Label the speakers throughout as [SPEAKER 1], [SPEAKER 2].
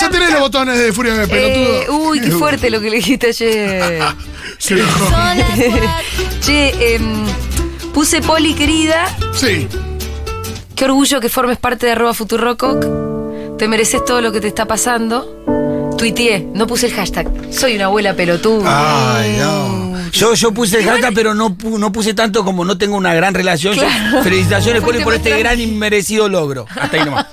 [SPEAKER 1] ya tenés los botones de Furia de Pelotudo.
[SPEAKER 2] Eh, uy, qué fuerte lo que le dijiste ayer.
[SPEAKER 1] Se enojó.
[SPEAKER 2] che, em, puse Poli querida.
[SPEAKER 1] Sí.
[SPEAKER 2] Qué orgullo que formes parte de arroba Futurococ. Te mereces todo lo que te está pasando. Tuiteé, no puse el hashtag. Soy una abuela pelotuda.
[SPEAKER 3] Ah.
[SPEAKER 1] Ay, no.
[SPEAKER 3] Yo, yo puse el hashtag, pero no, pu- no puse tanto como no tengo una gran relación. Yo-
[SPEAKER 2] Claro.
[SPEAKER 3] felicitaciones,
[SPEAKER 2] Fuiste
[SPEAKER 3] Poli, por
[SPEAKER 2] más
[SPEAKER 3] este
[SPEAKER 2] tranqui.
[SPEAKER 3] gran y merecido logro. Hasta ahí nomás.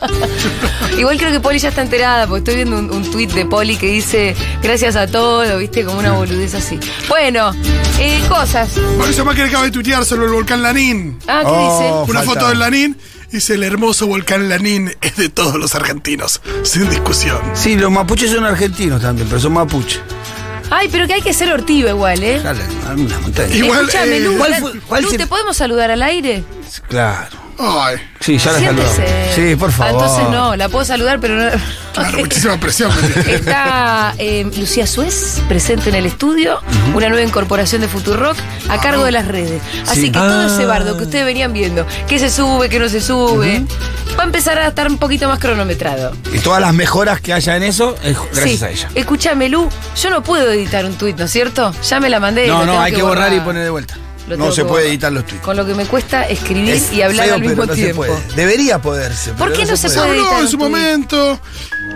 [SPEAKER 2] Igual creo que Poli ya está enterada, porque estoy viendo un, un tuit de Poli que dice gracias a todo, viste, como una boludez así. Bueno, eh, cosas.
[SPEAKER 1] Mauricio Macri acaba de tuitear sobre el volcán Lanín.
[SPEAKER 2] Ah, ¿qué
[SPEAKER 3] Oh.
[SPEAKER 1] Una
[SPEAKER 3] falta.
[SPEAKER 1] foto del Lanín. Dice, el hermoso volcán Lanín es de todos los argentinos. Sin discusión.
[SPEAKER 3] Sí, los mapuches son argentinos también, pero son mapuches.
[SPEAKER 2] dice? Ay, pero que hay que ser ortiva igual, ¿eh?
[SPEAKER 3] Dale, dame una montaña.
[SPEAKER 1] Igual,
[SPEAKER 2] Escúchame,
[SPEAKER 1] eh,
[SPEAKER 2] Lu,
[SPEAKER 3] ¿cuál
[SPEAKER 2] la-
[SPEAKER 3] fue- cuál
[SPEAKER 2] Lu,
[SPEAKER 3] se-
[SPEAKER 2] ¿te podemos saludar al aire?
[SPEAKER 3] Claro.
[SPEAKER 1] Ay,
[SPEAKER 3] Sí, ya la saludamos.
[SPEAKER 2] Siéntese.
[SPEAKER 3] Sí, por
[SPEAKER 2] Ah,
[SPEAKER 3] favor.
[SPEAKER 2] Entonces no, la puedo saludar, pero no.
[SPEAKER 1] claro, muchísima presión. metió.
[SPEAKER 2] Está eh, Lucía Suez presente en el estudio, una nueva incorporación de Futurock a cargo de las redes. Así
[SPEAKER 3] Ah. Sí.
[SPEAKER 2] que todo
[SPEAKER 3] Ah.
[SPEAKER 2] ese bardo que ustedes venían viendo, que se sube, que no se sube, va a empezar a estar un poquito más cronometrado.
[SPEAKER 3] Y todas las mejoras que haya en eso es gracias
[SPEAKER 2] Sí.
[SPEAKER 3] a ella.
[SPEAKER 2] Escúchame, Lu, yo no puedo editar un tuit, ¿no es cierto? Ya me la mandé. y lo
[SPEAKER 3] No, no,
[SPEAKER 2] tengo
[SPEAKER 3] hay que borrar y poner de vuelta.
[SPEAKER 2] Lo
[SPEAKER 3] No
[SPEAKER 2] tengo
[SPEAKER 3] se
[SPEAKER 2] que
[SPEAKER 3] puede
[SPEAKER 2] borrar.
[SPEAKER 3] editar los tweets.
[SPEAKER 2] Con lo que me cuesta escribir y hablar al mismo tiempo.
[SPEAKER 3] Debería poderse.
[SPEAKER 2] ¿Por qué no se
[SPEAKER 1] Se
[SPEAKER 2] puede
[SPEAKER 1] habló
[SPEAKER 2] editar
[SPEAKER 1] en
[SPEAKER 2] un
[SPEAKER 1] su
[SPEAKER 2] tuit?
[SPEAKER 1] momento.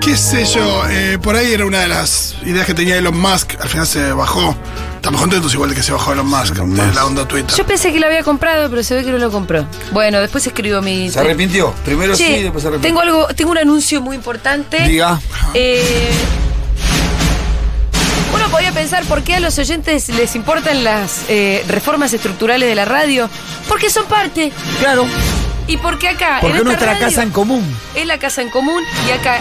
[SPEAKER 1] Qué sé yo. eh, por ahí era una de las ideas que tenía Elon Musk. Al final se bajó. Estamos contentos igual de que se bajó Elon Musk. de la onda Twitter.
[SPEAKER 2] Yo pensé que lo había comprado, pero se ve que no lo compró. Bueno, después escribo mi.
[SPEAKER 3] Se arrepintió. Primero
[SPEAKER 2] Che,
[SPEAKER 3] sí, después se arrepintió.
[SPEAKER 2] tengo algo, tengo un anuncio muy importante.
[SPEAKER 3] Diga.
[SPEAKER 2] Eh, uno podría pensar por qué a los oyentes les importan las eh, reformas estructurales de la radio, porque son parte
[SPEAKER 3] Claro.
[SPEAKER 2] y porque acá Ah, en
[SPEAKER 3] Porque
[SPEAKER 2] esta
[SPEAKER 3] nuestra
[SPEAKER 2] radio
[SPEAKER 3] casa en común.
[SPEAKER 2] es la casa en común y acá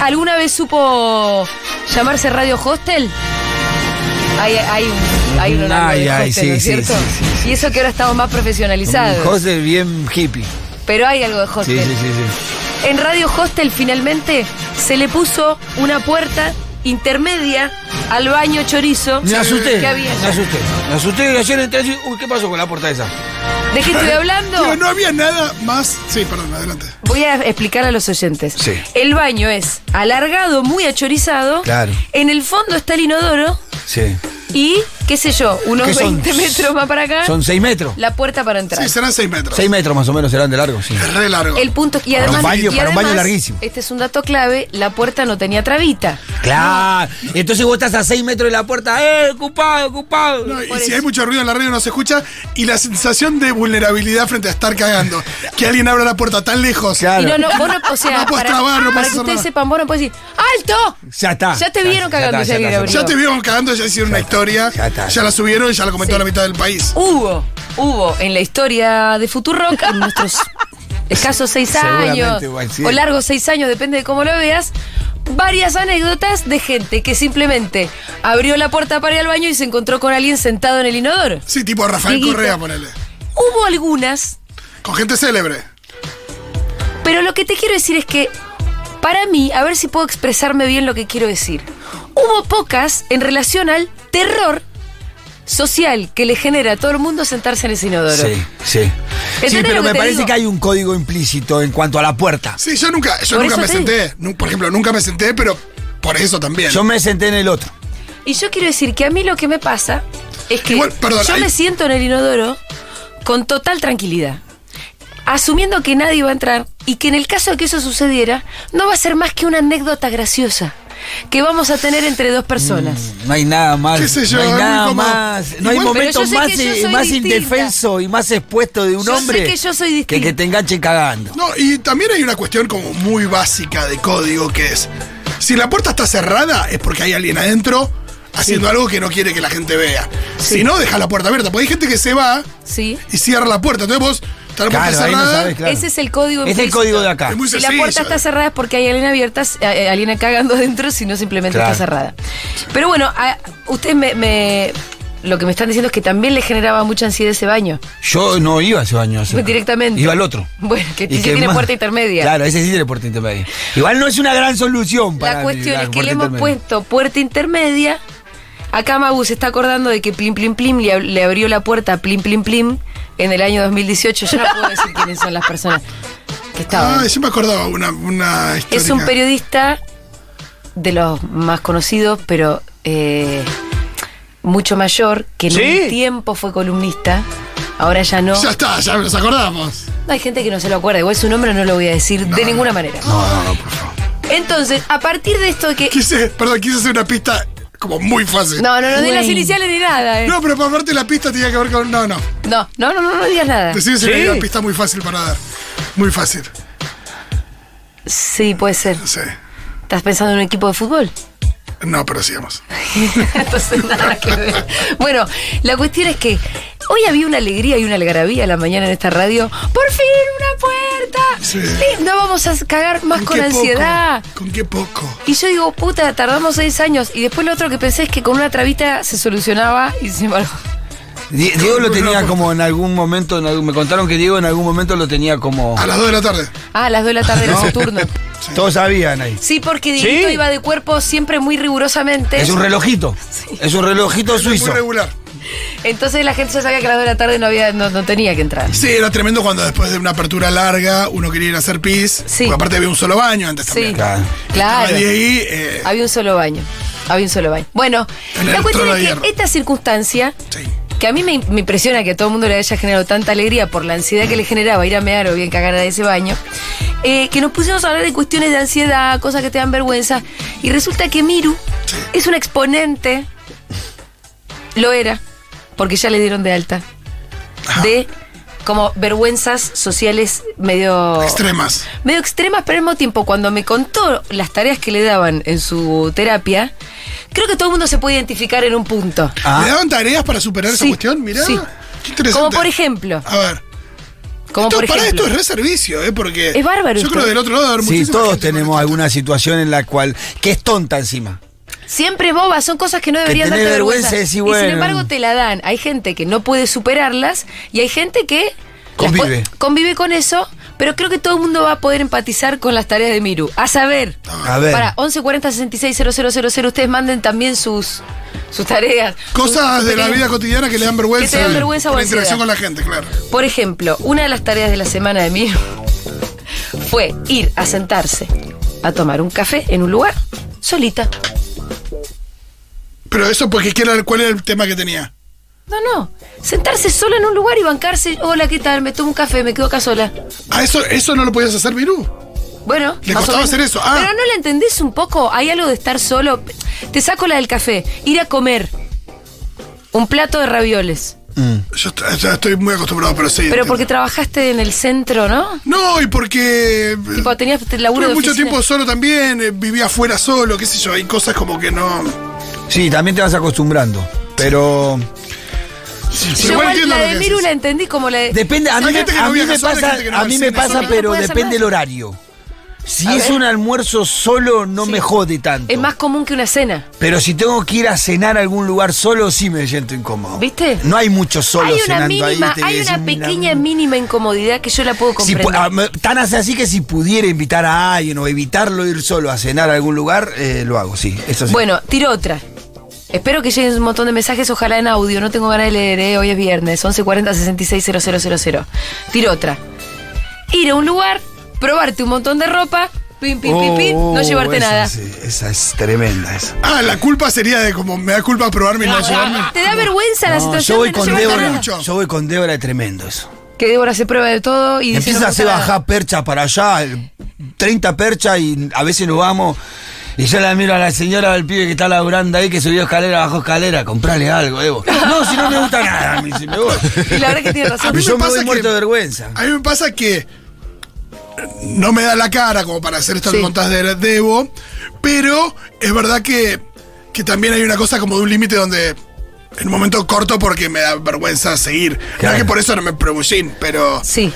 [SPEAKER 2] alguna vez supo llamarse Radio Hostel. Hay, hay un, hay un horario
[SPEAKER 3] Ay,
[SPEAKER 2] de
[SPEAKER 3] ay,
[SPEAKER 2] hostel,
[SPEAKER 3] sí,
[SPEAKER 2] ¿no es
[SPEAKER 3] sí,
[SPEAKER 2] cierto?
[SPEAKER 3] sí, sí,
[SPEAKER 2] Y eso que ahora estamos más profesionalizados.
[SPEAKER 3] Un José bien hippie.
[SPEAKER 2] Pero hay algo de
[SPEAKER 3] Sí,
[SPEAKER 2] hostel.
[SPEAKER 3] sí, sí, sí.
[SPEAKER 2] En Radio Hostel finalmente se le puso una puerta intermedia al baño chorizo
[SPEAKER 3] Me asusté.
[SPEAKER 2] que había.
[SPEAKER 3] Me asusté. Me asusté y ayer entré y dije, uy, ¿qué pasó con la puerta esa?
[SPEAKER 2] ¿De qué estoy
[SPEAKER 1] Digo, no
[SPEAKER 2] hablando?
[SPEAKER 1] había nada más. Sí, perdón, adelante.
[SPEAKER 2] Voy a explicar a los oyentes.
[SPEAKER 3] Sí.
[SPEAKER 2] El baño es alargado, muy achorizado.
[SPEAKER 3] Claro.
[SPEAKER 2] En el fondo está el inodoro
[SPEAKER 3] Sí.
[SPEAKER 2] y, qué sé yo, unos
[SPEAKER 3] ¿Qué son?
[SPEAKER 2] 20 metros más para acá,
[SPEAKER 3] Son 6 metros.
[SPEAKER 2] la puerta para entrar.
[SPEAKER 1] Sí, serán 6 metros.
[SPEAKER 3] 6 metros más o menos serán de largo, sí.
[SPEAKER 1] Es re largo.
[SPEAKER 2] El punto y
[SPEAKER 3] Para un
[SPEAKER 2] además,
[SPEAKER 3] baño-
[SPEAKER 2] y
[SPEAKER 3] para un baño
[SPEAKER 2] además,
[SPEAKER 3] larguísimo.
[SPEAKER 2] Este es un dato clave, la puerta no tenía trabita.
[SPEAKER 3] Claro. Entonces vos estás a 6 metros de la puerta. ¡Eh, ocupado, ocupado!
[SPEAKER 1] No, y
[SPEAKER 2] por
[SPEAKER 1] si
[SPEAKER 2] eso.
[SPEAKER 1] hay mucho ruido en la radio no se escucha. Y la sensación de vulnerabilidad frente a estar cagando. Que alguien abra la puerta tan lejos.
[SPEAKER 3] Claro.
[SPEAKER 2] Y no, no, vos no, o sea,
[SPEAKER 1] No podés
[SPEAKER 2] para,
[SPEAKER 1] trabar, no podés
[SPEAKER 2] para que
[SPEAKER 1] hacer
[SPEAKER 2] ustedes
[SPEAKER 1] nada.
[SPEAKER 2] sepan, vos no podés decir, ¡alto!
[SPEAKER 3] Ya está.
[SPEAKER 2] Ya te
[SPEAKER 3] Ya-
[SPEAKER 2] vieron
[SPEAKER 3] ya
[SPEAKER 2] cagando
[SPEAKER 3] está,
[SPEAKER 2] si
[SPEAKER 3] ya
[SPEAKER 2] alguien
[SPEAKER 3] está, ya
[SPEAKER 2] abrió.
[SPEAKER 1] Ya te vieron cagando, ya hicieron una historia.
[SPEAKER 3] Ya está.
[SPEAKER 1] Ya la subieron y ya la comentó la mitad del país.
[SPEAKER 2] Hubo, hubo en la historia de Futurock, en nuestros escasos seis
[SPEAKER 3] Seguramente,
[SPEAKER 2] años,
[SPEAKER 3] igual, sí.
[SPEAKER 2] o largos seis años, depende de cómo lo veas, varias anécdotas de gente que simplemente abrió la puerta para ir al baño y se encontró con alguien sentado en el inodoro.
[SPEAKER 1] Sí, tipo a Rafael
[SPEAKER 2] Dieguito.
[SPEAKER 1] Correa, ponele.
[SPEAKER 2] Hubo algunas,
[SPEAKER 1] Con gente célebre.
[SPEAKER 2] pero lo que te quiero decir es que, para mí, a ver si puedo expresarme bien lo que quiero decir, hubo pocas en relación al terror social que le genera a todo el mundo sentarse en ese inodoro.
[SPEAKER 3] Sí, sí. Sí,
[SPEAKER 2] ¿Entendés lo
[SPEAKER 3] pero
[SPEAKER 2] que
[SPEAKER 3] me
[SPEAKER 2] te
[SPEAKER 3] parece
[SPEAKER 2] digo?
[SPEAKER 3] que hay un código implícito en cuanto a la puerta.
[SPEAKER 1] Sí, yo nunca, yo
[SPEAKER 2] Por
[SPEAKER 1] nunca
[SPEAKER 2] eso
[SPEAKER 1] me
[SPEAKER 2] te
[SPEAKER 1] senté. Nu- Por ejemplo, nunca me senté, pero por eso también.
[SPEAKER 3] Yo me senté en el otro.
[SPEAKER 2] Y yo quiero decir que a mí lo que me pasa es que
[SPEAKER 1] Igual, perdón,
[SPEAKER 2] yo
[SPEAKER 1] hay-
[SPEAKER 2] me siento en el inodoro con total tranquilidad, asumiendo que nadie va a entrar y que en el caso de que eso sucediera, no va a ser más que una anécdota graciosa que vamos a tener entre dos personas.
[SPEAKER 3] No hay nada más.
[SPEAKER 1] Qué sé yo,
[SPEAKER 3] no hay
[SPEAKER 1] es muy
[SPEAKER 3] nada
[SPEAKER 1] cómodo.
[SPEAKER 3] más. No
[SPEAKER 1] Igual,
[SPEAKER 3] hay
[SPEAKER 2] pero
[SPEAKER 3] momento
[SPEAKER 2] yo sé
[SPEAKER 3] más,
[SPEAKER 2] que yo
[SPEAKER 3] eh,
[SPEAKER 2] soy
[SPEAKER 3] más
[SPEAKER 2] distinta.
[SPEAKER 3] indefenso y más expuesto de un
[SPEAKER 2] Yo sé
[SPEAKER 3] hombre
[SPEAKER 2] que yo soy
[SPEAKER 3] que, que
[SPEAKER 2] distinta.
[SPEAKER 3] te enganche cagando.
[SPEAKER 1] No, y también hay una cuestión como muy básica de código que es. Si la puerta está cerrada es porque hay alguien adentro haciendo algo que no quiere que la gente vea. Si no, deja la puerta abierta. Porque hay gente que se va
[SPEAKER 3] Mm.
[SPEAKER 2] ¿Sí?
[SPEAKER 1] y cierra la puerta. Entonces vos, está la puerta
[SPEAKER 3] Claro, ahí no
[SPEAKER 1] cerrada.
[SPEAKER 3] sabes, claro.
[SPEAKER 2] Ese es el código
[SPEAKER 3] Es el
[SPEAKER 2] implícito.
[SPEAKER 3] código de acá.
[SPEAKER 1] Es muy
[SPEAKER 2] Si la
[SPEAKER 1] sencillo.
[SPEAKER 2] puerta está cerrada es porque hay alguien abierta, eh, alguien cagando adentro, si no simplemente
[SPEAKER 3] Claro.
[SPEAKER 2] está cerrada. Pero bueno, a- ustedes me, me- lo que me están diciendo es que también le generaba mucha ansiedad ese baño.
[SPEAKER 3] Yo no iba a ese baño. a hacer-
[SPEAKER 2] Directamente.
[SPEAKER 3] Iba al otro.
[SPEAKER 2] Bueno, que
[SPEAKER 3] Y
[SPEAKER 2] sí tiene
[SPEAKER 3] más-
[SPEAKER 2] puerta intermedia.
[SPEAKER 3] Claro, ese sí tiene puerta intermedia. Igual no es una gran solución para
[SPEAKER 2] la
[SPEAKER 3] mí,
[SPEAKER 2] cuestión
[SPEAKER 3] la
[SPEAKER 2] es que
[SPEAKER 3] puerta
[SPEAKER 2] le hemos
[SPEAKER 3] intermedia.
[SPEAKER 2] puesto puerta intermedia. Acá Magu se está acordando de que Plim Plim Plim le, ab- le abrió la puerta a Plim Plim Plim en el año 2018. Yo no puedo decir quiénes son las personas que estaban.
[SPEAKER 1] Ah, yo me acordaba una, una
[SPEAKER 2] es
[SPEAKER 1] Ah, histórica.
[SPEAKER 2] un periodista de los más conocidos, pero eh, mucho mayor, que en
[SPEAKER 4] ¿Sí?
[SPEAKER 2] un tiempo fue columnista, ahora ya no.
[SPEAKER 1] Ya está, ya nos acordamos.
[SPEAKER 2] Hay gente que no se lo acuerda, igual su nombre no lo voy a decir de ninguna manera.
[SPEAKER 1] No, no, no, por favor.
[SPEAKER 2] Entonces, a partir de esto de que...
[SPEAKER 1] Quise, perdón, quise hacer una pista como muy fácil.
[SPEAKER 2] No, no, no de las
[SPEAKER 4] Güey.
[SPEAKER 2] iniciales ni nada. eh.
[SPEAKER 1] No, pero para darte la pista tenía que ver con. No, no.
[SPEAKER 2] No, no, no, no, no digas nada.
[SPEAKER 1] Decime si
[SPEAKER 4] Sí.
[SPEAKER 1] hay una pista muy fácil para dar. Muy fácil.
[SPEAKER 2] Sí, puede ser.
[SPEAKER 1] No sé.
[SPEAKER 2] ¿Estás pensando en un equipo de fútbol?
[SPEAKER 1] No, pero sigamos.
[SPEAKER 2] Entonces nada que ver. Bueno, la cuestión es que hoy había una alegría y una algarabía a la mañana en esta radio. ¡Por fin una puerta!
[SPEAKER 1] Sí.
[SPEAKER 2] Sí, No vamos a cagar más con
[SPEAKER 1] qué poco?
[SPEAKER 2] ansiedad.
[SPEAKER 1] ¿Con qué poco?
[SPEAKER 2] Y yo digo, puta, tardamos seis años. Y después lo otro que pensé es que con una trabita se solucionaba y sin embargo.
[SPEAKER 3] Di- Diego lo tenía como en algún momento, en algún- me contaron que Diego en algún momento lo tenía como...
[SPEAKER 1] A las 2 de la tarde.
[SPEAKER 2] Ah, a las 2 de la tarde era su turno.
[SPEAKER 3] Todos sabían ahí.
[SPEAKER 2] Sí, porque Dieguito
[SPEAKER 4] Sí.
[SPEAKER 2] iba de cuerpo siempre muy rigurosamente.
[SPEAKER 3] Es un relojito. Es un relojito suizo.
[SPEAKER 1] Muy regular.
[SPEAKER 2] Entonces la gente ya sabía que a las 2 de la tarde no, había, no, no tenía que entrar.
[SPEAKER 1] Sí, era tremendo cuando después de una apertura larga uno quería ir a hacer pis.
[SPEAKER 2] Sí.
[SPEAKER 1] Porque aparte había un solo baño antes
[SPEAKER 2] Sí.
[SPEAKER 1] también.
[SPEAKER 3] Claro.
[SPEAKER 2] Claro.
[SPEAKER 1] Y ahí, eh,
[SPEAKER 2] Había un solo baño. Había un solo baño. Bueno,
[SPEAKER 1] En
[SPEAKER 2] la
[SPEAKER 1] el
[SPEAKER 2] cuestión
[SPEAKER 1] trono
[SPEAKER 2] es
[SPEAKER 1] de
[SPEAKER 2] que
[SPEAKER 1] hierro.
[SPEAKER 2] esta circunstancia,
[SPEAKER 1] sí.
[SPEAKER 2] que a mí me, me impresiona que a todo el mundo le haya generado tanta alegría por la ansiedad que le generaba ir a mear o bien cagar a ese baño, eh, que nos pusimos a hablar de cuestiones de ansiedad, cosas que te dan vergüenza, y resulta que Miru es un exponente, lo era, porque ya le dieron de alta, de como vergüenzas sociales medio
[SPEAKER 1] Extremas.
[SPEAKER 2] medio extremas, pero al mismo tiempo, cuando me contó las tareas que le daban en su terapia, creo que todo el mundo se puede identificar en un punto.
[SPEAKER 3] Ah.
[SPEAKER 1] ¿Le daban tareas para superar esa
[SPEAKER 2] Sí,
[SPEAKER 1] cuestión? Mirá.
[SPEAKER 2] sí.
[SPEAKER 1] Qué interesante.
[SPEAKER 2] Como por ejemplo.
[SPEAKER 1] A ver.
[SPEAKER 2] Como
[SPEAKER 1] esto,
[SPEAKER 2] por
[SPEAKER 1] para
[SPEAKER 2] ejemplo.
[SPEAKER 1] esto es re servicio, ¿eh? Porque.
[SPEAKER 2] Es bárbaro
[SPEAKER 1] Yo
[SPEAKER 2] esto.
[SPEAKER 1] creo que del otro lado. debe haber
[SPEAKER 3] Sí,
[SPEAKER 1] muchísima
[SPEAKER 3] todos
[SPEAKER 1] gente con
[SPEAKER 3] tenemos
[SPEAKER 1] esto.
[SPEAKER 3] alguna situación en la cual... que es tonta encima.
[SPEAKER 2] Siempre bobas, son cosas que no deberían
[SPEAKER 3] tenés
[SPEAKER 2] darte vergüenza.
[SPEAKER 3] vergüenza y decís, bueno.
[SPEAKER 2] sin embargo te la dan. Hay gente que no puede superarlas y hay gente que las
[SPEAKER 3] Convive.
[SPEAKER 2] po- convive con eso, pero creo que todo el mundo va a poder empatizar con las tareas de Miru. A saber,
[SPEAKER 3] A
[SPEAKER 1] Eh.
[SPEAKER 3] ver.
[SPEAKER 2] para 1140 66 000, ustedes manden también sus sus tareas.
[SPEAKER 1] Cosas
[SPEAKER 2] sus-
[SPEAKER 1] de la vida cotidiana que le dan vergüenza.
[SPEAKER 2] Que te dan vergüenza o
[SPEAKER 1] por la
[SPEAKER 2] ansiedad.
[SPEAKER 1] interacción con la gente, claro.
[SPEAKER 2] Por ejemplo, una de las tareas de la semana de mí fue ir a sentarse a tomar un café en un lugar solita.
[SPEAKER 1] Pero eso porque quiero cuál era el tema que tenía.
[SPEAKER 2] No, no. Sentarse sola en un lugar y bancarse. Hola, ¿qué tal? Me tomo un café, me quedo acá sola.
[SPEAKER 1] Ah, eso, eso no lo podías hacer, Virú.
[SPEAKER 2] Bueno,
[SPEAKER 1] Le
[SPEAKER 2] más o
[SPEAKER 1] costaba
[SPEAKER 2] menos.
[SPEAKER 1] hacer eso, ah.
[SPEAKER 2] Pero no la entendés un poco. Hay algo de estar solo. Te saco la del café. Ir a comer. Un plato de ravioles.
[SPEAKER 1] Yo est- est- estoy muy acostumbrado, pero sí.
[SPEAKER 2] Pero
[SPEAKER 1] entiendo.
[SPEAKER 2] porque trabajaste en el centro, ¿no?
[SPEAKER 1] No, y porque. eh,
[SPEAKER 2] Tipo, tenías laburo
[SPEAKER 1] Tuve
[SPEAKER 2] de
[SPEAKER 1] mucho
[SPEAKER 2] oficina.
[SPEAKER 1] tiempo solo también, eh, vivía afuera solo, qué sé yo, hay cosas como que no.
[SPEAKER 3] Sí, también te vas acostumbrando. Pero...
[SPEAKER 2] Yo igual la de
[SPEAKER 1] que
[SPEAKER 2] Miru
[SPEAKER 1] decís.
[SPEAKER 2] la entendí como la de...
[SPEAKER 3] Depende, ah. a
[SPEAKER 1] Hay
[SPEAKER 3] mí, me-
[SPEAKER 1] gente que
[SPEAKER 3] a
[SPEAKER 1] no
[SPEAKER 3] mí
[SPEAKER 1] viaja
[SPEAKER 3] me
[SPEAKER 1] sola, hay
[SPEAKER 3] pasa,
[SPEAKER 1] gente que no
[SPEAKER 3] a
[SPEAKER 1] va al
[SPEAKER 3] mí
[SPEAKER 1] cine
[SPEAKER 3] me pasa,
[SPEAKER 1] sola.
[SPEAKER 2] No
[SPEAKER 3] pero
[SPEAKER 2] puede hacer
[SPEAKER 3] depende
[SPEAKER 2] nada.
[SPEAKER 3] el horario. Si
[SPEAKER 2] A
[SPEAKER 3] es
[SPEAKER 2] ver.
[SPEAKER 3] un almuerzo solo, no
[SPEAKER 2] Sí.
[SPEAKER 3] me jode tanto.
[SPEAKER 2] Es más común que una cena.
[SPEAKER 3] Pero si tengo que ir a cenar a algún lugar solo, sí me siento incómodo.
[SPEAKER 2] ¿Viste?
[SPEAKER 3] No hay mucho solo
[SPEAKER 2] hay una
[SPEAKER 3] cenando
[SPEAKER 2] mínima,
[SPEAKER 3] ahí. te
[SPEAKER 2] hay
[SPEAKER 3] decís,
[SPEAKER 2] una
[SPEAKER 3] "Mira,
[SPEAKER 2] pequeña
[SPEAKER 3] mm".
[SPEAKER 2] mínima incomodidad que yo la puedo
[SPEAKER 3] Si
[SPEAKER 2] comprender.
[SPEAKER 3] pu- ah, me- tan hace así que si pudiera invitar a alguien o evitarlo ir solo a cenar a algún lugar, eh, lo hago, sí. Eso sí.
[SPEAKER 2] bueno, tiro otra. Espero que lleguen un montón de mensajes, ojalá en audio. No tengo ganas de leer, ¿eh? hoy es viernes, 1140 66 000. Tiro otra. Ir a un lugar, probarte un montón de ropa, pim, pim, pim, pim,
[SPEAKER 3] Oh,
[SPEAKER 2] no llevarte
[SPEAKER 3] esa
[SPEAKER 2] nada.
[SPEAKER 3] sí, esa es tremenda. Esa.
[SPEAKER 1] Ah, la culpa sería de como me da culpa probarme y no llevarme.
[SPEAKER 2] Te da vergüenza la
[SPEAKER 3] No,
[SPEAKER 2] situación
[SPEAKER 3] yo voy
[SPEAKER 2] de no
[SPEAKER 3] con
[SPEAKER 2] llevarte
[SPEAKER 3] Débora.
[SPEAKER 2] nada.
[SPEAKER 1] mucho.
[SPEAKER 3] Yo voy con Débora, tremendo eso.
[SPEAKER 2] Que Débora se prueba de todo y dice,
[SPEAKER 3] Empieza
[SPEAKER 2] no
[SPEAKER 3] a hacer
[SPEAKER 2] pasa nada.
[SPEAKER 3] bajar percha para allá, el- 30 perchas y a veces nos vamos. Y yo la miro a la señora del pibe que está laburando ahí, que subió escalera, bajó escalera, comprale algo, Evo. No, si no me gusta nada, me dice, me voy.
[SPEAKER 2] Y la verdad que tiene razón.
[SPEAKER 1] A mí
[SPEAKER 3] Y yo
[SPEAKER 1] me
[SPEAKER 3] me
[SPEAKER 1] pasa
[SPEAKER 3] voy
[SPEAKER 1] que-
[SPEAKER 3] muerto de vergüenza.
[SPEAKER 1] A mí me pasa que no me da la cara como para hacer estas
[SPEAKER 2] Sí.
[SPEAKER 1] montas de debo, pero es verdad que, que también hay una cosa como de un límite donde en un momento corto porque me da vergüenza seguir. No
[SPEAKER 3] Claro.
[SPEAKER 1] es que por eso no me prebullín, pero
[SPEAKER 2] Sí.